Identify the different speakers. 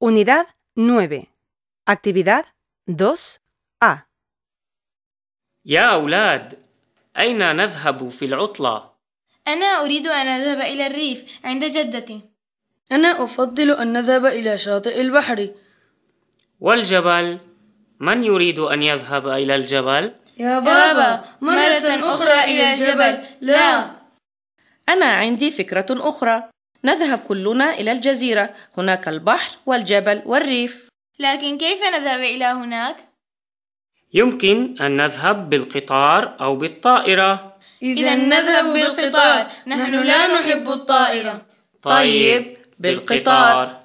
Speaker 1: Unidad 9. Actividad 2A.
Speaker 2: يا أولاد أين نذهب في العطلة؟
Speaker 3: أنا أريد أن أذهب إلى الريف عند جدتي
Speaker 4: أنا أفضل أن نذهب إلى شاطئ البحر
Speaker 2: والجبل من يريد أن يذهب إلى الجبل؟
Speaker 4: يا
Speaker 3: بابا، مرة أخرى إلى الجبل. لا.
Speaker 5: أنا عندي فكرة أخرى نذهب كلنا إلى الجزيرة هناك البحر والجبل والريف
Speaker 3: لكن كيف نذهب إلى هناك؟
Speaker 2: يمكن أن نذهب بالقطار أو بالطائرة
Speaker 3: إذا نذهب بالقطار نحن لا نحب الطائرة
Speaker 5: طيب، بالقطار.